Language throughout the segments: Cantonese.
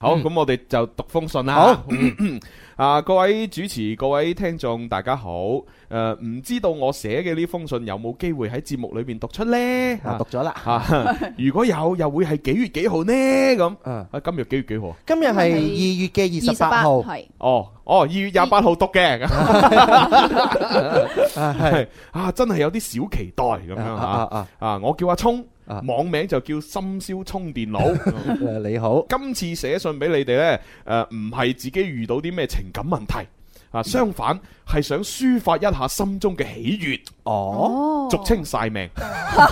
好，咁我哋就讀封信啦。好 嗯，啊各位主持、各位聽眾，大家好。诶，唔知道我寫嘅呢封信有冇機會喺節目裏面讀出呢？嗱，讀咗啦。啊， 如果有，又會係幾月幾號呢？咁嗯，啊，今日幾月幾號啊？今日係二月嘅二十八號，係哦，哦，二月廿八號讀嘅，咁啊 係係 啊，真係有啲小期待咁樣啊啊吓。啊啊，我叫阿聰，啊網名就叫深宵充電 佬。啊！誒你好，今次寫信俾你哋呢，诶唔係自己遇到啲咩情感問題，啊，嗯相反係想抒發一下心中嘅喜悦，哦，俗稱晒命啊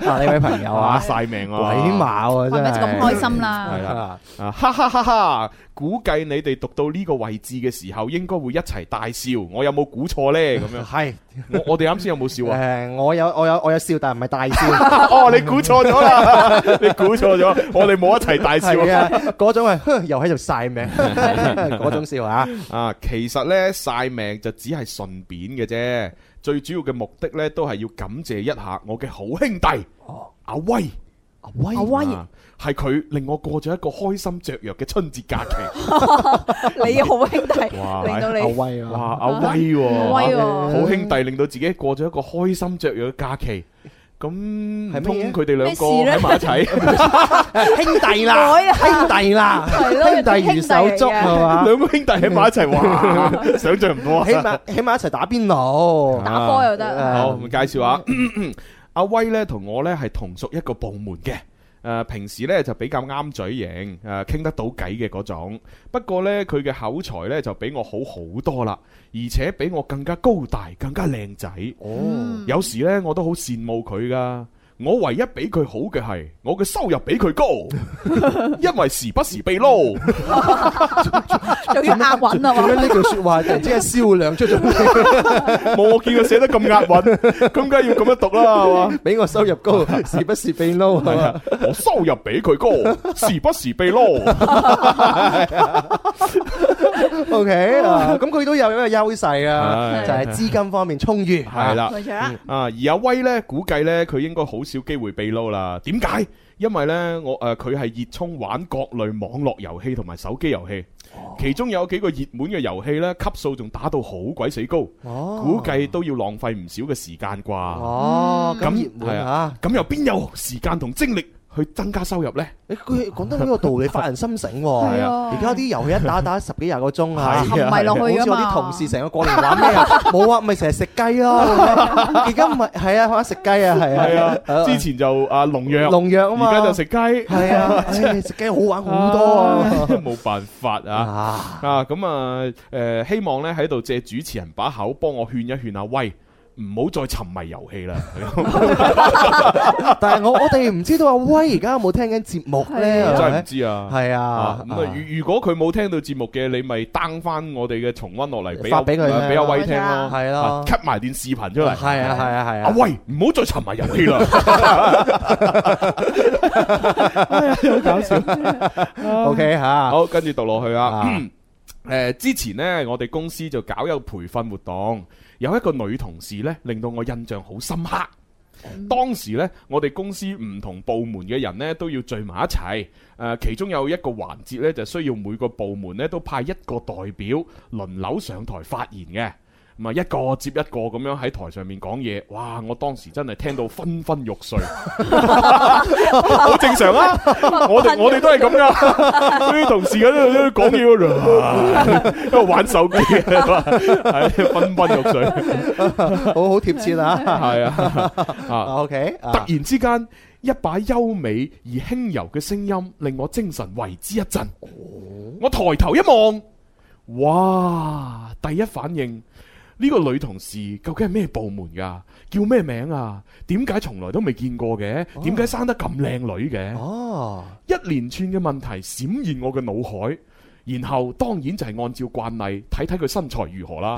呢位朋友啊，啊，晒命鬼啊，馬喎係真咪係，咁開心啦係？啦啊啊，哈哈哈哈！估計你哋讀到呢個位置嘅時候，應該會一齊大笑。我有冇估錯呢？ 咁樣，係我我哋啱先有冇笑 啊？誒，我有我有我有笑，但係唔係大笑，哦，你估錯咗啦！你估錯咗，我哋冇一齊大笑係啊，嗰種係哼又喺度晒命嗰種笑啊，啊，其實呢，晒命就只係順便嘅啫，最主要嘅目的呢，都係要感謝一下我嘅好兄弟哦阿威，啊威阿威，啊係佢令我過咗一個開心雀躍嘅春節假期。 你好兄弟，哇令到阿你威啊！哇，阿威喎，威喎。好兄弟令到自己過咗一個開心雀躍嘅假期。咁唔係乜通嘢佢哋兩個咩喺事呢埋一齊， 兄弟啦，改啊兄弟啦，係咯兄弟如手足兄弟嚟嘅係嘛？兩個兄弟喺埋一齊， 哇！想象唔到啊起碼起碼一齊打邊爐， 打波又得，好，嗯咁介紹下 阿威呢同我呢係同屬一個部門嘅。誒、平時呢就比較啱嘴型，誒、呃傾得到偈嘅嗰種。不過呢，佢嘅口才呢就比我好好多啦，而且比我更加高大，更加靚仔。哦，有時呢，我都好羨慕佢噶。我唯一比佢好嘅係，我嘅收入比佢 高，因為時不時被撈。仲要押韻啊做嘛咩！呢句説話突然之間銷量出咗嚟？冇我見佢寫得咁押韻，咁梗係要咁樣讀啦，係嘛？俾我收入高，時不時被撈係係 嘛？啊，我收入比佢高，時不時被 撈。 O K 啊，咁佢都有一個優勢啊，係就係資金方面充裕。係啦，冇錯啦，啊，而阿威呢，估計呢，佢應該好少機會被撈啦。點解？因為呢，我誒佢係熱衷玩各類網絡遊戲同埋手機遊戲，哦其中有幾個熱門嘅遊戲呢，級數仲打到好鬼死高，哦，估計都要浪費唔少嘅時間啩。哦，咁嗯熱門係嚇，咁又邊有時間同精力去增加收入呢？你佢講得呢個道理，發人心醒 係喎。啊而家啲遊戲一打打十幾廿個鐘啊，沉迷落去好啊似我嘛。啲同事成個過年玩咩啊？冇啊，咪成日食 雞咯。而家唔係係啊，玩食雞啊， 係啊，係啊，之前就啊農藥，農藥啊嘛，而家就食雞，係啊，唉食雞好玩 好多 冇辦法 啊。啊。啊，啊，咁啊，誒、希望咧喺度借主持人把口幫我勸一勸阿威，唔好再沉迷遊 戲啦。但係我我 哋唔知道阿威而家有冇聽緊節目咧，係真係啊係咪唔知啊。係啊啊，，咁啊，如如果佢冇聽到節目嘅，你咪 down 翻我哋嘅重温落嚟俾阿發俾佢啊俾阿威聽啊咯，係咯， ，cut 埋段視頻出嚟。係啊，係啊，係阿啊。威，唔好再沉迷遊戲啦。好搞笑。 O K 吓，好，跟住讀落去啊。啊 誒、之前呢，我哋公司就搞一個培訓活動，有一個女同事呢，令到我印象好深刻。當時呢，我哋公司唔同部門嘅人呢，都要聚埋一齊。誒、其中有一個環節呢，就需要每個部門呢，都派一個代表輪流上台發言嘅。咁啊，一個接一個咁樣喺台上面講嘢，哇！我當時真係聽到昏昏欲睡，好正常啊！我哋我哋都係咁噶，啲同事喺度喺度講嘢嗰度， 喺度玩手機，係昏昏欲睡，好好貼 切啊。係啊啊！ O K，突然之間，一把優美而輕柔嘅聲音令我精神為之一振。我抬頭一望，哇！第一反應呢、個女同事究竟係咩部門㗎？叫咩名啊？點解從來都未見過嘅？點解生得咁靚女嘅？哦，一連串嘅問題閃現我嘅腦海，然後當然就係按照慣例睇睇佢身材如何啦。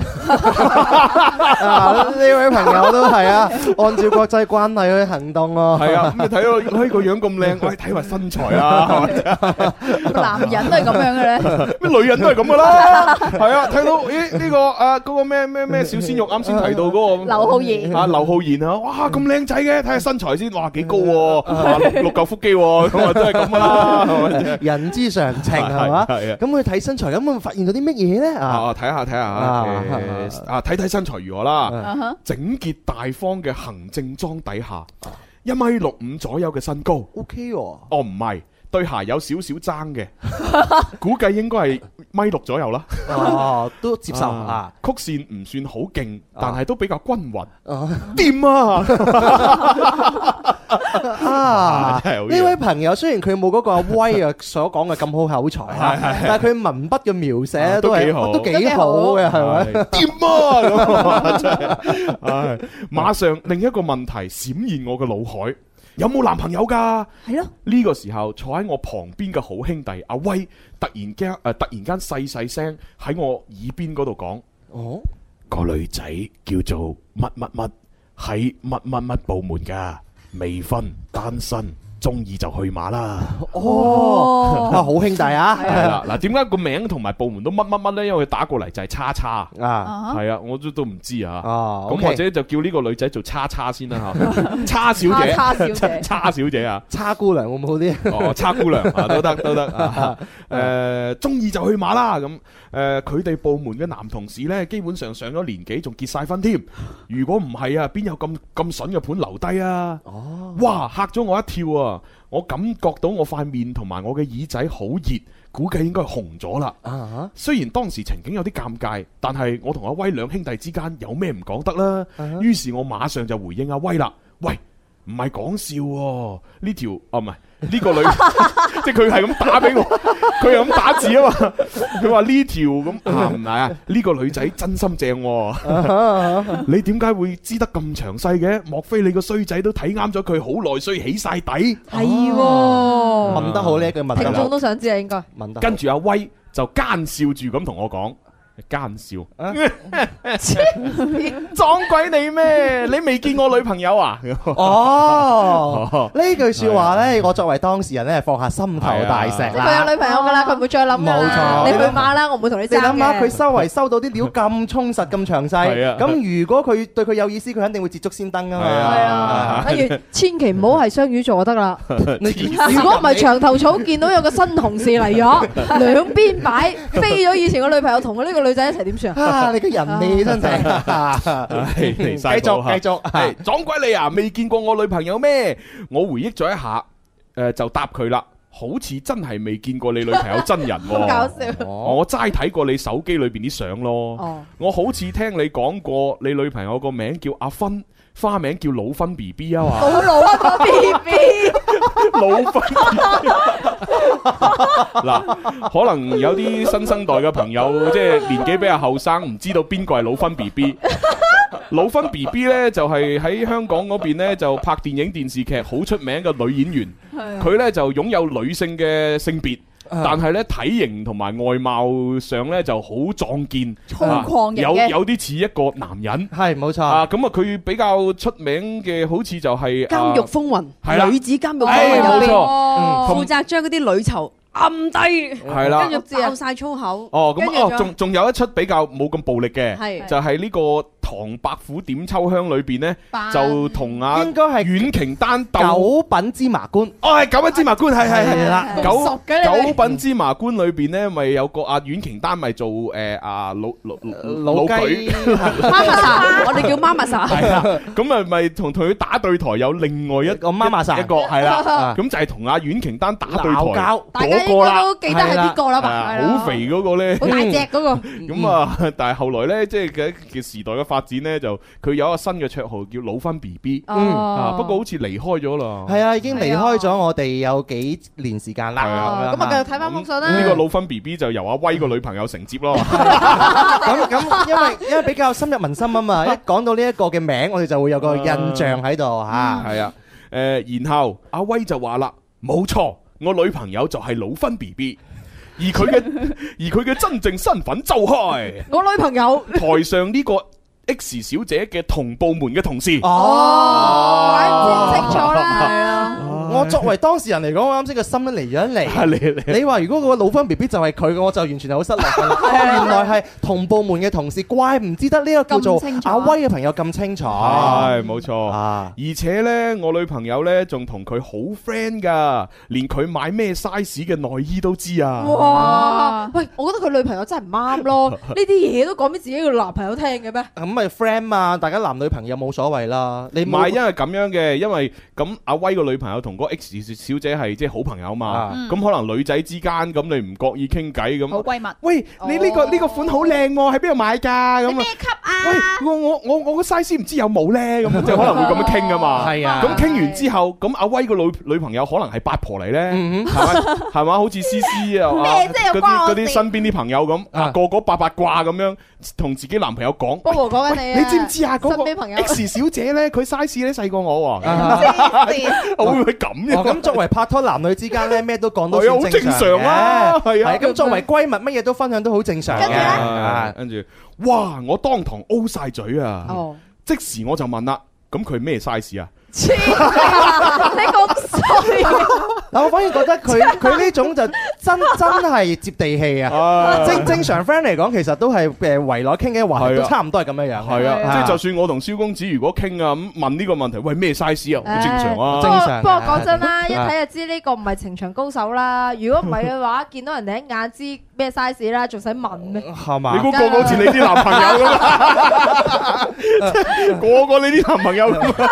啊呢位朋友都係啊，按照國際慣例去行動喎。係啊，咁你睇到佢個樣咁靚，喂，睇埋身材啊，係咪男人都係咁樣嘅咧，咩女人都係咁噶啦。係啊，睇到咦呢個啊嗰個咩咩咩小鮮肉，啱先提到嗰個劉浩然啊，劉浩然啊，哇咁靚仔嘅，睇下身材先，哇幾高喎，啊六六嚿腹肌喎，咁啊真係咁噶啦，係咪先人之常情係嘛？係啊。咁佢睇身材，咁會發現到啲乜嘢咧？啊，啊，睇下睇下啊誒啊，睇睇身材如何啦。啊啊哈整潔大方嘅行政裝底下，一米六五左右嘅身高， OK 喎，哦唔係，對鞋有少少爭 嘅，估計應該係米六左右啦。哦，都 接受啊，，曲線唔算好勁，但係都比較均勻，啊 掂啊！啊！真係好嘢呢位朋友雖然佢冇嗰個阿威啊所講嘅咁好口才 啊，但係佢文筆嘅描寫啊都都係幾好都幾好嘅， 係咪？係掂啊！咁啊真係，唉，馬上另一個問題閃現我嘅腦海，有冇男朋友㗎？係咯，呢個時候坐喺我旁邊嘅好兄弟阿威，突然間誒、呃突然間細細聲喺我耳邊嗰度講：哦，個女仔叫做乜乜乜，喺乜乜乜部門㗎，未婚單身，中意就去馬啦。哦，啊，好兄弟係啊，啦，嗱，點解個名同埋部門都乜乜乜呢？因為佢打過嚟就係叉叉，啊，啊哈係啊，我都都唔知啊。哦，咁 OK 或者就叫呢個女仔做叉叉先啦 嚇，叉小姐，叉叉小 姐叉小姐啊。叉姑娘會唔會好啲？哦，差姑娘啊，都得都得啊，誒，中意就去馬啦咁。誒，佢哋部門嘅男同事呢，基本上上咗年紀，仲結晒婚添。如果唔係啊，邊有咁咁筍嘅盤留低啊？哦，哇，嚇咗我一跳啊！我感覺到我塊面同埋我嘅耳仔好熱，估計應該紅咗啦。啊，雖然當時情景有啲尷尬，但係我同阿威兩兄弟之間有咩唔講得啦？啊於是我馬上就回應阿威啦，喂，唔係講笑喎、呢條啊唔係呢個女， 即係佢係咁打俾我， 佢係咁打字啊嘛，佢話呢條咁啊唔係啊，呢個女仔真心正、喎，啊你點解會知得咁詳細嘅？莫非你個衰仔都睇啱咗佢好耐，所以起晒底？係喎，問得好呢一句問聽得眾好，都想知啊，應該問得好跟住阿威就奸笑住咁同我講，奸笑。啊 撞鬼你 咩？你未見我女朋友啊？哦，呢句说話咧，我作為當事人咧，放下心頭大石即係佢啦。有女朋友㗎啦，佢唔會再諗㗎啦。冇錯你去馬啦，我唔會同你 你爭嘅。諗下，佢收圍收到啲料咁充實、咁詳係細，啊咁如果佢對佢有意思，佢肯定會捷足先登啊係係嘛。啊，不如千祈唔好係雙魚座得啦。你 如果唔係長頭草，見到有個新同事嚟 咗，兩邊擺飛咗以前個女朋友同佢呢個女仔一齊點算 啊？啊，你個人 你真係 唉離繼晒譜啊續繼續係撞鬼你啊！未見過我女朋友咩？我回憶咗一下，诶、就答佢啦，好似真係未見過你女朋友真人、好喎。 搞笑。哦我齋睇過你手機裏边啲相咯。哦，我好似聽你講過，你女朋友個名叫阿芬，花名叫老芬 B B 啊嘛， 好老啊個 B B，老芬 BB。嗱，可能有啲新生代嘅朋友，即係年紀比較後生，唔知道邊個係老芬 B B。老芬 B B 呢，就係喺香港嗰邊呢，就拍電影電視劇好出名嘅女演員，嗯佢呢，就擁有女性嘅性別，嗯但係呢，體型同埋外貌上呢，就好壯健，粗犷型有嘅有啲似一個男人。係冇錯啊，。咁啊，佢比較出名嘅好似就係、監獄啊風係啦雲，女子監獄哎風雲冇入邊，錯哦負責將嗰啲女囚暗低，係啦。跟住爆晒粗口。哦，咁跟住哦，仲仲仲有一出比較冇咁暴力嘅，係就係呢個《唐伯虎點秋香》裏邊呢，扮就同阿應該係阮瓊丹鬥。九品芝麻官哦，係九品芝麻官，係係係係啦。咁九熟嘅你哋九品芝麻官裏邊呢，咪有個阿阮瓊丹咪做誒阿老老老 老舉雞，媽媽撒，我哋叫媽媽撒。係 啦，咁啊咪同同佢打對台有另外一個媽媽撒一個係啦啊，咁就係同阿阮瓊丹打對鬧台交，大家嗰應個該啦。都記得係邊個啦吧？啊係啦好肥，嗰個呢。好大隻嗰個。嗯咁啊， 但係後來呢，即係嘅嘅時代嘅發展呢，就佢有一個新嘅綽號叫老芬 B B 嗯啊，哦不過好似離開咗啦。係啊，已經離開咗我哋有幾年時間係啦啊。哦咁啊，繼續睇翻封信啦。呢個老芬 B B 就由阿威個女朋友承接 咯。咁咁，因為因為比較深入民心啊 嘛，一講到呢一個嘅名，我哋就會有個印象喺度嚇。係啊，誒，然後阿威就話啦，冇錯，我女朋友就係老芬 B B。而佢嘅 而佢嘅真正身份就係我女朋友。台上呢個 X 小姐嘅同部門嘅同事。哦，咁清楚 啦。我作為當事人嚟講，我啱先個心都離咗一啊離。你你你話如果個老婚 B B 就係佢嘅，我就完全係好失落㗎啦。 哦原來係同部門嘅同事，怪唔知得呢個叫做咁清楚阿威嘅朋友咁清楚。係冇錯。啊，而且呢，我女朋友呢仲同佢好 friend 噶，連佢買咩 size 嘅內衣都知啊。哇！喂，我覺得佢女朋友真係唔啱 咯，呢啲嘢都講俾自己嘅男朋友聽嘅咩？咁咪 friend 嘛，大家男女朋友冇所謂啦。你唔係，買因為咁樣嘅，因為咁阿威個女朋友同嗰個 X 小姐係即係好朋友嘛啊，咁可能女仔之間咁你唔覺意傾偈咁，嗯好閨蜜。喂，你呢個哦呢個款好靚喎，喺邊度買㗎？咁啊，咩級啊？喂，我我我我個 size 唔知有冇咧， 咁啊即係可能會咁樣傾噶嘛。係啊咁傾完之後，咁阿威個女女朋友可能係八婆嚟咧，係 咪？嗯係嘛？好似思思啊，啊 咩啫又嗰關啲我嗰啲事身邊啲朋友咁，啊啊個個八八卦咁樣，同自己男朋友講。波波講緊你啊，你知唔知啊？嗰身個邊朋 友 X 小姐咧，佢 size 咧細過我喎，啊 我會唔會咁哦，嘅？咁作為拍拖男女之間咧，咩都講 都係啊算好正正常啊嘅係啊咁作為閨蜜，乜嘢都分享都好正常嘅。跟住咧啊啊跟住，哇！我當堂 O 晒嘴啊！哦，即時我就問啦，咁佢咩 size 啊？黐線你咁衰。嗱，我反而覺 得佢佢呢種就真真係接地氣啊！啊正正常 friend 嚟講，其實都係誒圍內傾嘅話題，係啊都差唔多係咁樣樣。係係啊啊，即係就算我同蕭公子如果傾啊咁問呢個問題，喂咩 size 啊？好正常唉正啊！常不過啊不過講 真啦，一啊睇就知呢個唔係情場高手啦。如果唔係 嘅話，見到人哋一眼知咩 size 啦，仲使問咩？係嘛你？估個個好似你啲男朋友咁啊？個個你啲男朋友咁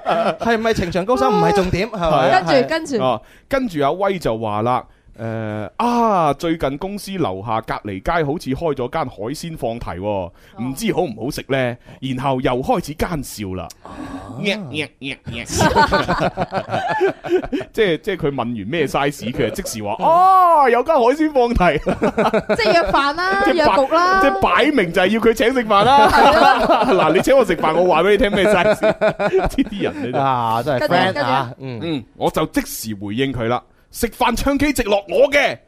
啊係咪情場高手唔係重點，係咪？跟係住跟住，哦啊？跟住阿威就話啦。誒啊！最近公司樓下隔離街好似開咗間海鮮放題喎，唔知好唔好食呢？然後又開始奸笑啦， 即係即係佢問完咩 size，佢就即時話：哦，有間海鮮放題。即係約飯啦， 即係約白局啦即。係擺明就係要佢請食飯啦。 嗱，你請我食飯，我話俾你聽咩 size？呢 啲人你都啊，真係跟住 friend 跟住啊，嗯，嗯，我就即時回應佢啦。食飯唱 K 直落我嘅，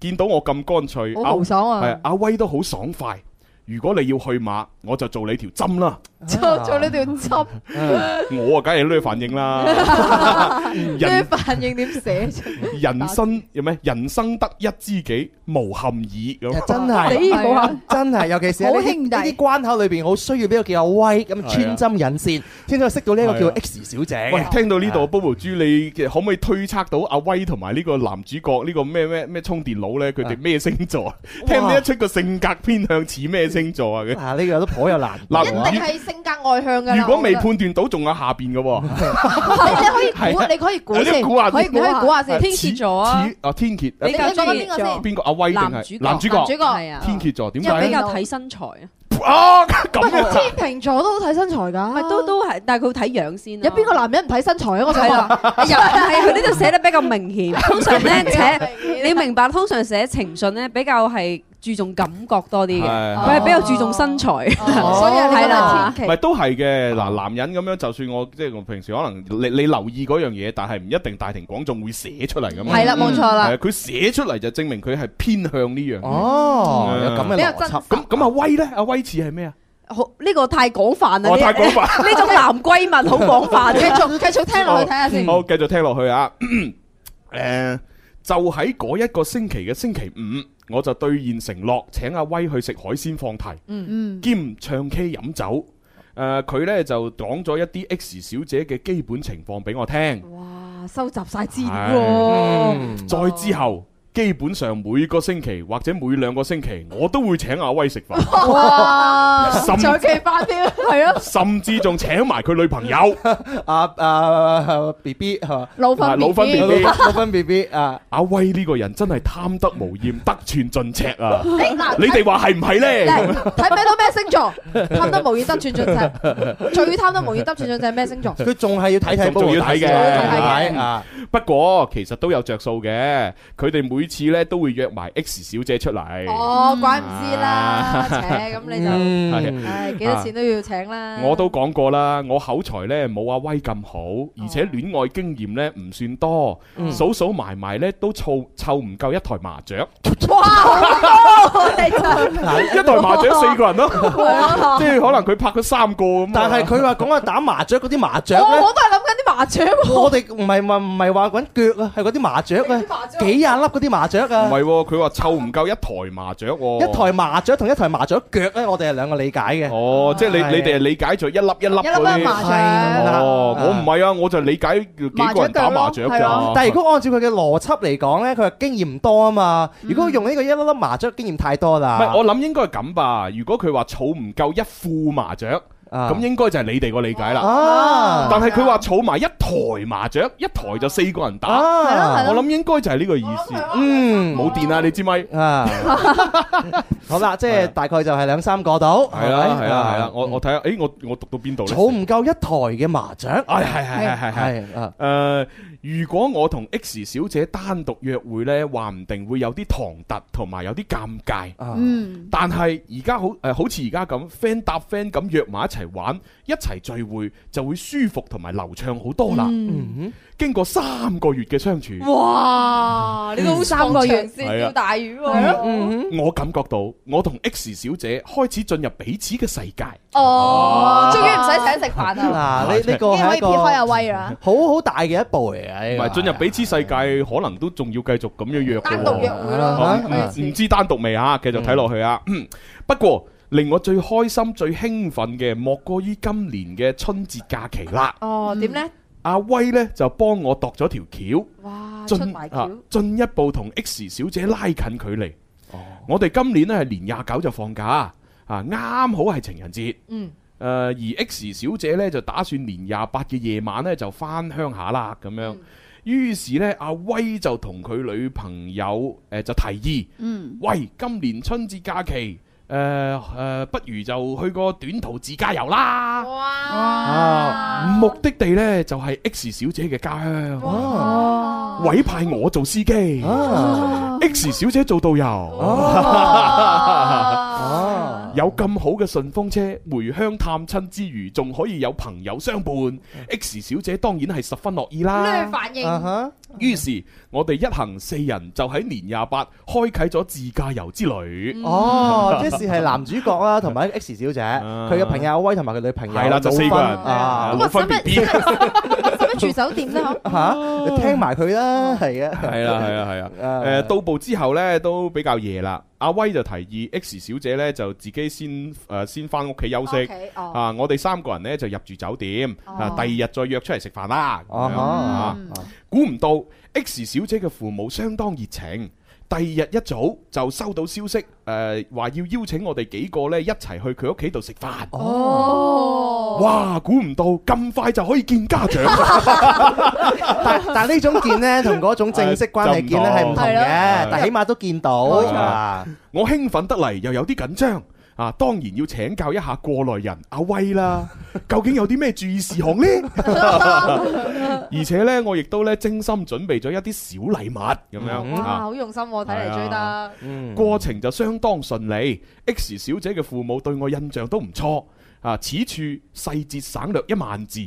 見到我咁乾脆，好豪爽啊係阿威都好爽快。如果你要去馬，我就做你條針 啦。做做呢段針，我啊，梗係呢反應啦。呢 人啲反應點寫出 嚟？人生有咩？人生得一知己，無憾矣 咁。真係。你冇啊？真係，尤其是喺呢好兄啲弟呢啲關口裏邊，好需要呢個叫阿威咁係啊穿針引線，先可以識到呢個叫係啊 X 小姐喂，嘅。聽到哎呢度，Bobo 豬，你嘅可唔可以推測到阿威同埋呢個男主角呢個咩咩咩充電佬呢？佢啊哋咩星座？聽唔聽得出個性格偏向似咩星座啊？佢啊，呢個都頗有難度嗱一啊。定係性格外向㗎啦。如果未我覺判斷到，仲有下邊嘅喎，得，你你可以 係估，啊你可以估你先，估下可以先你可以估下係先。天蠍座啊似似啊天蠍，你比啊較你講緊邊個中先意？邊個阿威定男主係角男主角男主？角係啊，天蠍座點因為解比呢？較睇身材啊，啊咁不過樣天秤座都好睇身材㗎，唔係都都係，但係佢睇樣先啊。有邊個男人唔睇身材啊？我想係問啦。， 又係佢呢度寫得比較明顯。通 常咧寫，且你明白，通常寫情信咧比較係注重感覺多啲嘅，係佢係比較注重身材。哦所以你覺係得啦係天咪秤都係嘅嗱，男人咁樣，就算我即係我平時可能你你留意嗰樣嘢，但係唔一定大庭廣眾會寫出嚟噶嘛。係啦，冇錯啦係，啊佢寫出嚟就證明佢係偏向呢樣嘢。哦，嗯有咁嘅比較邏真輯實。咁咁阿威咧，阿威似係咩啊？好，呢個太廣泛啦。我呢太廣泛。呢種男閨蜜好廣 泛繼。續繼續聽落哦去睇下先。好，繼續聽落去啊。 誒，就喺嗰一個星期嘅星期五，我就兌現承諾，請阿威去食海鮮放題，嗯兼唱 K 飲酒。誒，佢呢就講咗一啲 X 小姐嘅基本情況俾我聽。嗯，哇，收集晒資係料喎。嗯再之後，基本上每個星期或者每兩個星期，我都會請阿威食飯。 哇，甚長期發添，係啊，甚至仲請埋佢女朋 友。啊啊 B B 係嘛？老粉老粉 BB BB 老分 B B 啊，阿威呢個人真係貪得無厭，得寸進尺 啊！誒嗱你哋話係唔係 呢？嚟睇唔睇到咩星座？貪得無厭得寸進尺，最貪得無厭得寸進尺係咩星座？佢仲係要睇睇仲波仲要睇嘅係咪啊？不過其實都有着數嘅。佢哋每每次呢都會約埋 X 小姐出嚟。哦，怪唔知啦，嗯扯咁你就，係嗯， 唉，幾多錢都要請啦。啊我都講過啦，我口才呢冇阿威咁好，而且戀愛經驗呢唔算多，嗯數數埋埋呢都湊湊唔夠一台麻雀， 哇，好多我哋就一台麻雀四個人咯， 即係可能佢拍咗三個咁啊。但係佢話講下打麻雀嗰啲麻雀我咧，我都係諗緊啲麻雀喎。我哋唔係唔係唔係話揾腳啊，係嗰啲麻雀啊，幾廿粒嗰啲麻雀唔啊，係喎，佢話湊唔夠一台麻雀喎。一台麻雀同一台麻雀腳咧，我哋係兩個理解嘅。哦，即係你係你哋係理解咗一粒一粒一粒嗰粒啲。麻雀，係啦哦，我唔係啊，我就理解幾個人打麻雀麻雀腳咯係咋咯。但係如果按照佢嘅邏輯嚟講咧，佢話經驗唔多啊嘛。如果用呢個一粒粒麻雀經驗太多唔啦，係，我諗應該係咁吧。如果佢話儲唔夠一副麻雀，啊咁應該就係你哋個理解啦。啊但係佢話儲埋一台麻雀，一台就四個人打，啊，我諗應該就係呢個意思。嗯，冇電啦，你支咪？係 啊，好啦，即係大概就係兩三個到，係啦，咪係啦，係啦哦啊。我我睇下，誒，我我讀到邊度咧？儲唔夠一台嘅麻雀，哎，係係係係係。係啊，誒、如果我同 X 小姐單獨約會呢，話唔定會有啲唐突同埋有啲尷尬。啊嗯，但係而家好誒、好似而家咁 friend 搭 friend 咁約埋一齊玩，一齊聚會就會舒服同埋流暢好多啦。嗯經過三個月嘅相處，哇！你都好三個月先係啊釣大魚哼喎。嗯我感覺到我同 X 小姐開始進入彼此嘅世界。哦，終終於於唔唔使使請請食飯哼，啦，嗱，呢呢個哦已經可係以一撇個開阿威啦。好好大嘅一步嚟嘅，唔呢個係進入彼此世界，可能都仲要繼續咁樣約嘅喎。單獨約嗯會咯哦啊唔開始唔知單獨未啊？繼續睇落去啊！嗯不過令我最開心、最興奮嘅，莫過於今年嘅春節假期啦。哦，點咧？阿威呢就幫我度咗條橋，哇，出進埋啊橋，進一步同 X 小姐拉近距離。我哋今年呢係年廿九就放假啊，啱好係情人節。嗯，誒、而 X 小姐呢，就打算年廿八嘅夜晚呢，就翻鄉下啦咁樣。嗯於是呢，阿威就同佢女朋友誒、呃就提議，嗯，喂，今年春節假期誒誒、呃不如就去個短途自駕遊啦。啊目的地呢，就係、X 小姐嘅家鄉，哦委派我做司機、啊 x 小姐做導遊。啊 哦有咁好嘅順風車，回鄉探親之餘，仲可以有朋友相伴，X 小姐當然係十分樂意啦。反應啊哈於是，我哋一行四人就喺年廿八開啟咗自駕遊之旅。哦，即是係男主角 啦，同埋 X 小姐，啊佢嘅朋友阿威同埋佢女朋友，係啦就四個人老芬啊老分 B B，係使唔 使住酒店咧？嗬，吓，你聽埋佢啦，係啊，啦係啦係啊。嗯誒，到步之後呢，都比較夜啦，阿威就提議 X 小姐呢，就自己先誒先翻屋企休息。 OK，哦，啊！我哋三個人呢，就入住酒店，啊哦，第二日再約出嚟食飯啦。咁啊樣哈啊啊估唔到 X 小姐嘅父母相當熱情，第二日一早就收到消息，誒、話要邀請我哋幾個呢一齊去佢屋企度食飯。哦，哇！估唔到咁快就可以見家長， 但但呢種見咧，同嗰種正式關係見咧係唔同係咯嘅，但起碼都見到冇錯啊！我興奮得嚟又有啲緊張啊！當然要請教一下過來人阿威啦，究竟有啲咩注意事項呢？而且呢，我亦都呢精心準備咗一啲小禮物咁樣哇，啊。好用心喎，睇嚟追係得啊。嗯過程就相當順利，X 小姐嘅父母對我印象都唔錯。啊！此處細節省略一萬字，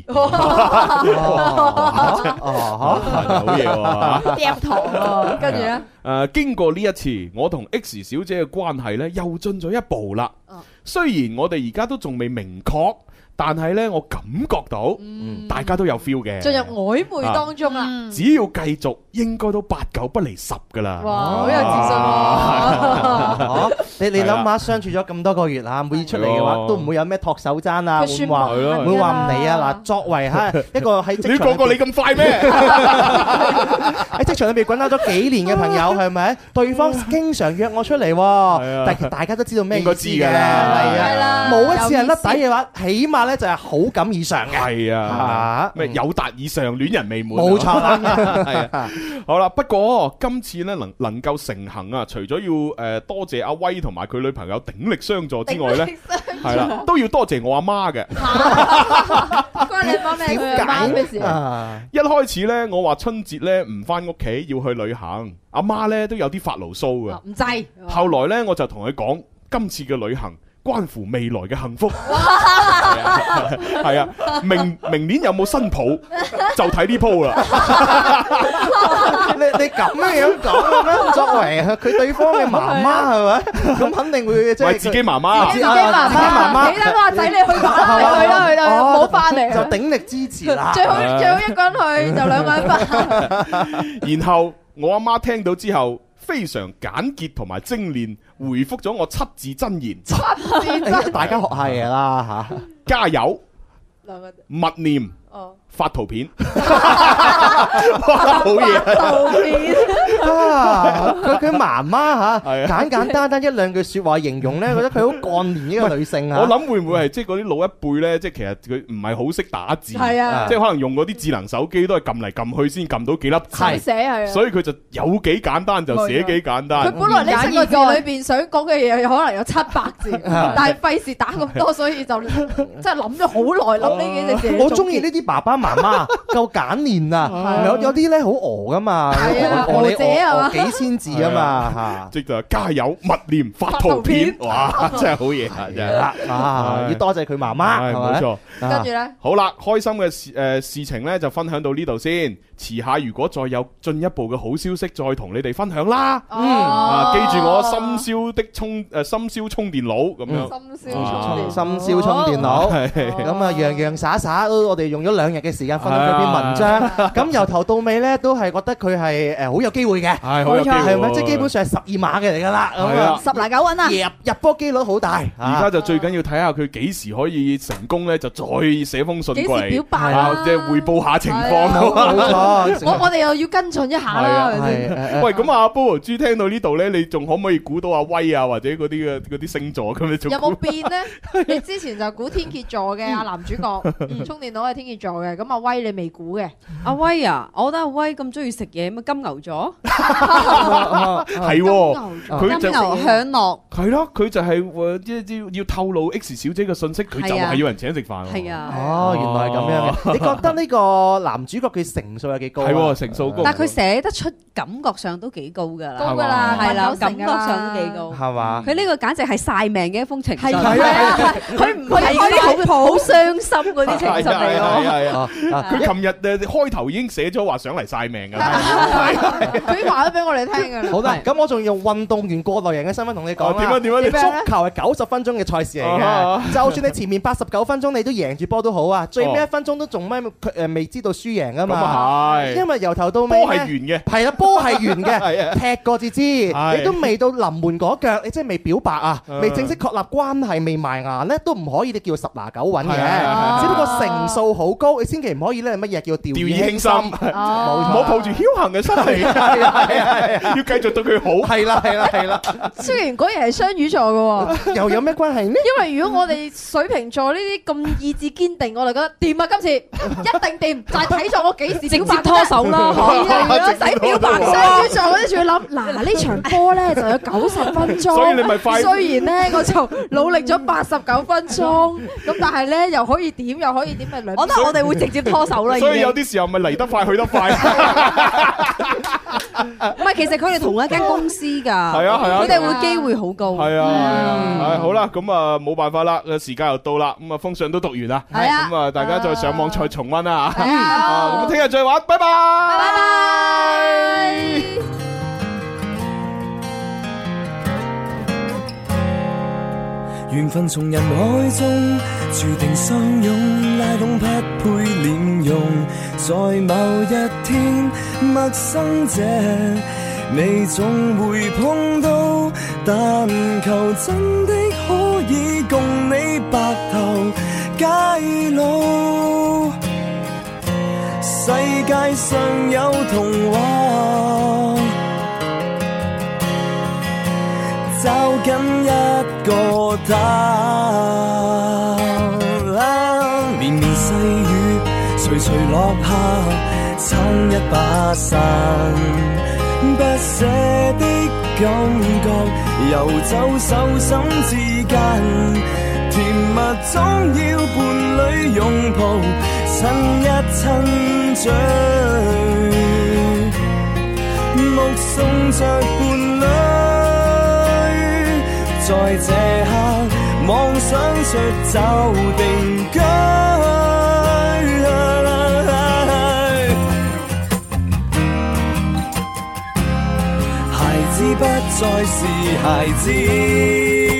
哦哦啊好嘢喎！嗒糖 喎，跟住咧，誒，經過呢一次，我同 X 小姐嘅關係呢又進咗一步啦哦。雖然我哋而家都仲未明確，但係呢，我感覺到大家都有 feel 嘅。嗯進入嗯曖昧當中啦，只要繼續，應該都八九不離十噶啦。啊哇，好有自信喎。哦，你你諗下相處咗咁多個月啦，每次出嚟嘅話係咯都唔會有咩托手踭啊，佢會算話係咯係咯會話唔理啊嗱，作 為嚇一個喺你職場個裏個你邊咁快 咩？喺職場裏邊滾走咗幾年嘅朋友係咪？對方經常約我出嚟啊喎，但係大家都知道咩應該意知思㗎嘅，啦係係啊啦，冇一次係甩有意思底嘅話，起碼咧就係好感以上嘅。係啊啊，咩有達以上戀人未滿，啊冇錯啦， 係啊，好啦，不過今次咧能能 呃 夠成行啊，除咗要誒多謝阿威同埋佢女朋友鼎力相助之外咧，係啦，都要多謝我阿媽嘅。關你幫咩佢阿媽咩事啊？啊，一開始呢，我話春節呢唔翻屋企要去旅行，阿媽呢都有啲發牢騷嘅。唔制，後來呢，我就同佢講，今次嘅旅行關乎未來嘅幸福。係啊係啊，明明年有冇新抱就睇呢鋪啦。你你咁樣講嘅咩？作為佢對方嘅媽媽係咪？咁肯定會即喂，係自己媽我媽自己媽自己媽媽，媽俾得我阿仔你去吧啦，係嘛去啦去啦，哦冇翻嚟就啦。鼎力支持啦。最好最好一個人去就 兩個人翻，然後我阿媽聽到之後，非常簡潔同埋精煉回覆咗我七字真言：哎大家學下嘢啦嚇。加油，兩個人默念，哦，發圖片。哇，好嘢！道歉。啊！佢佢媽媽係啊嚇，簡簡單單一兩句説話形容咧，覺得佢好幹練呢個女啊性嚇。我諗會唔會係即係嗰啲老一輩呢？即係其實佢唔係好識打字，係啊即係可能用嗰啲智能手機都係撳嚟撳去先撳到幾粒手字，寫係啊。所以佢就有幾簡單就寫幾簡佢單。本來呢七個字裏邊想講嘅嘢，可能有七百字，啊但係費事打咁多，所以就真係諗咗好耐，諗呢幾隻字嚟總結。我中意呢啲爸爸媽媽夠簡練啊！有有啲咧好餓噶嘛，係啊餓你餓者啊嘛餓餓幾千字啊嘛即就係加油，默念發圖片，發圖片哇！真係好嘢啊！嚇，真係 係，啦啊係要多謝佢媽媽唉係冇咪？錯。跟啊住咧，好啦，開心嘅事誒事情呢就分享到呢度先。遲下如果再有進一步嘅好消息，再同你哋分享啦。哦啊，記住我深宵的充誒深宵充電佬咁嗯樣。心燒充啊電，深宵充電 腦。係咁啊，洋洋灑灑，都我哋用咗兩日嘅時間分享佢篇文章， 咁由頭到尾咧都係覺得佢係誒好有機會嘅，係好有機會係咪？即係基本上係十二碼嘅嚟㗎啦，咁啊十拿九穩啊！入入波機率好大，而啊家就最緊要睇下佢幾時可以成功呢，就再寫封信幾過時表嚟，白啊，啊？即係匯報下情 況。冇冇我錯，我哋又要跟進一下啦，係咪先？係誒誒喂，咁啊，菠蘿豬聽到呢度呢，你仲可唔可以估到阿威啊，或者嗰啲嘅嗰啲星座咁你仲有冇變呢？你之前就估天蝎座嘅阿男主角，充電佬係天蝎座嘅，咁阿威你未估嘅，阿威啊，我覺得阿威咁中意食嘢，咪金牛座，係金喎？牛座佢就金牛享樂，係咯，佢就係呃即係要要透露 X 小姐嘅信息，佢就係啊係要人請食飯喎。係啊，哦，原來係咁樣嘅。你覺得呢個男主角佢成數有幾高啊？係喎，成數高。但係佢寫得出，感覺上都幾高㗎啦，高噶啦，係啦，八九感成覺㗎啦上都幾高。係嘛？佢呢個簡直係晒命嘅一封情信，係佢啊，唔係嗰啲好好傷心嗰啲情信係啊嚟係啊係啊咯。係啊哦啊佢琴日誒開頭已經寫咗話想嚟晒命㗎啦。 佢已經話咗俾我哋聽㗎啦。好啦，咁我仲用運動員過來人嘅身份同你講哦點啦樣。點樣？你點足樣球係九十分鐘嘅賽事嚟啊嘅，就算你前面八十九分鐘你都贏住波都好啊，最尾一分鐘都仲咩？佢誒未知道輸贏哦啊咁嘛，啊係因，為由頭到波尾係呢圓嘅。係啦，波係 圓係啊嘅，踢過至知，係你都未到臨門嗰腳，你真係未表白啊，嗯未正式確立關係，未埋牙咧，都唔可以你叫十拿九穩係係啊係，嘅只不過成數好高，你千祈唔可以咧乜嘢叫掉掉以以輕輕心，心，唔哦好抱住僥倖嘅心理， 要繼續對佢好。係啦係啦係啦，雖然嗰人係雙魚座 嘅 喎，又有咩關係呢？因為如果我哋水瓶座呢啲咁意志堅定，我哋覺得掂啊！今次一定掂，就係睇在我幾時直表白接得拖。手 啦，係啊，如果直接拖使表手白，啊雙魚座嗰啲仲要諗， 嗱呢場波咧就有九十分鐘，所以你咪快雖然咧我就努力咗八十九分鐘，咁但係咧又可以點又可以點，咪兩我覺得我哋會直接拖手啦。已經所以有啲時候咪嚟得快去得快，唔係，其實佢哋同一間公司㗎，係係啊係啊佢哋會機會好高。係啊係啊，唉好啦，咁啊冇辦法啦，個時間又到啦，咁啊封信都讀完啦，係啊咁啊大家再上網再重温啦嚇，係啊啊咁聽日再玩，拜拜。拜拜。缘分从人海中注定相拥，拉拢匹配脸容，在某一天，陌生者你总会碰到，但求真的可以共你白头偕老。世界上有童话。找緊一個他。綿綿細雨隨隨落下，撐一把傘，不捨的感覺游走手心之間。甜蜜總要伴侶擁抱，親一親嘴，目送着伴侶，在這刻妄想着找定居。孩子不再是孩子。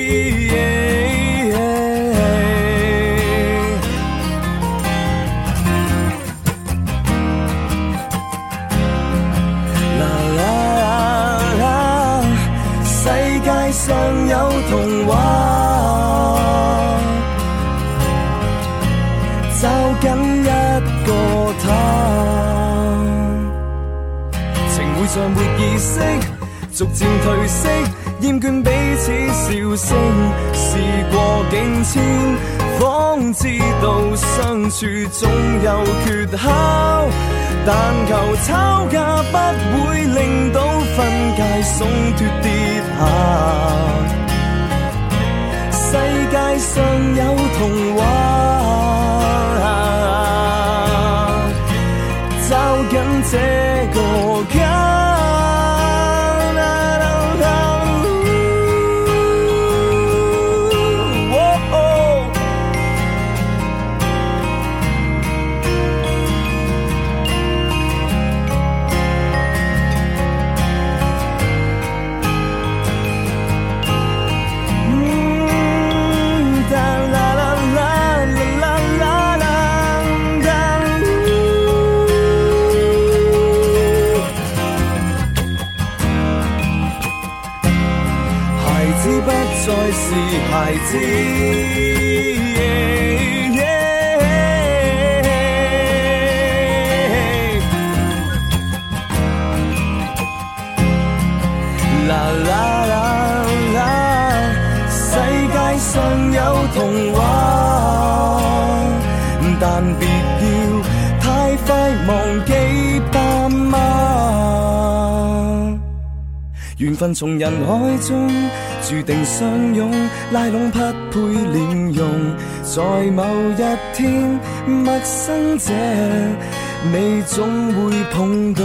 啦啦啦，世界上有童話，找緊一個他。情會像沒意識，逐漸褪色，厭倦彼此笑聲。事過境遷，方知道相處總有缺口。但求吵架不會令到分界鬆脱跌下。世界上有童話。找緊這個家。嗯啦啦啦啦啦啦啦啦孩子不再是孩子。啦啦啦啦，世界上有童話，但別要太快忘記爸媽。緣分從人海中注定相擁，拉攏匹配臉容，在某一天，陌生者你總會碰到。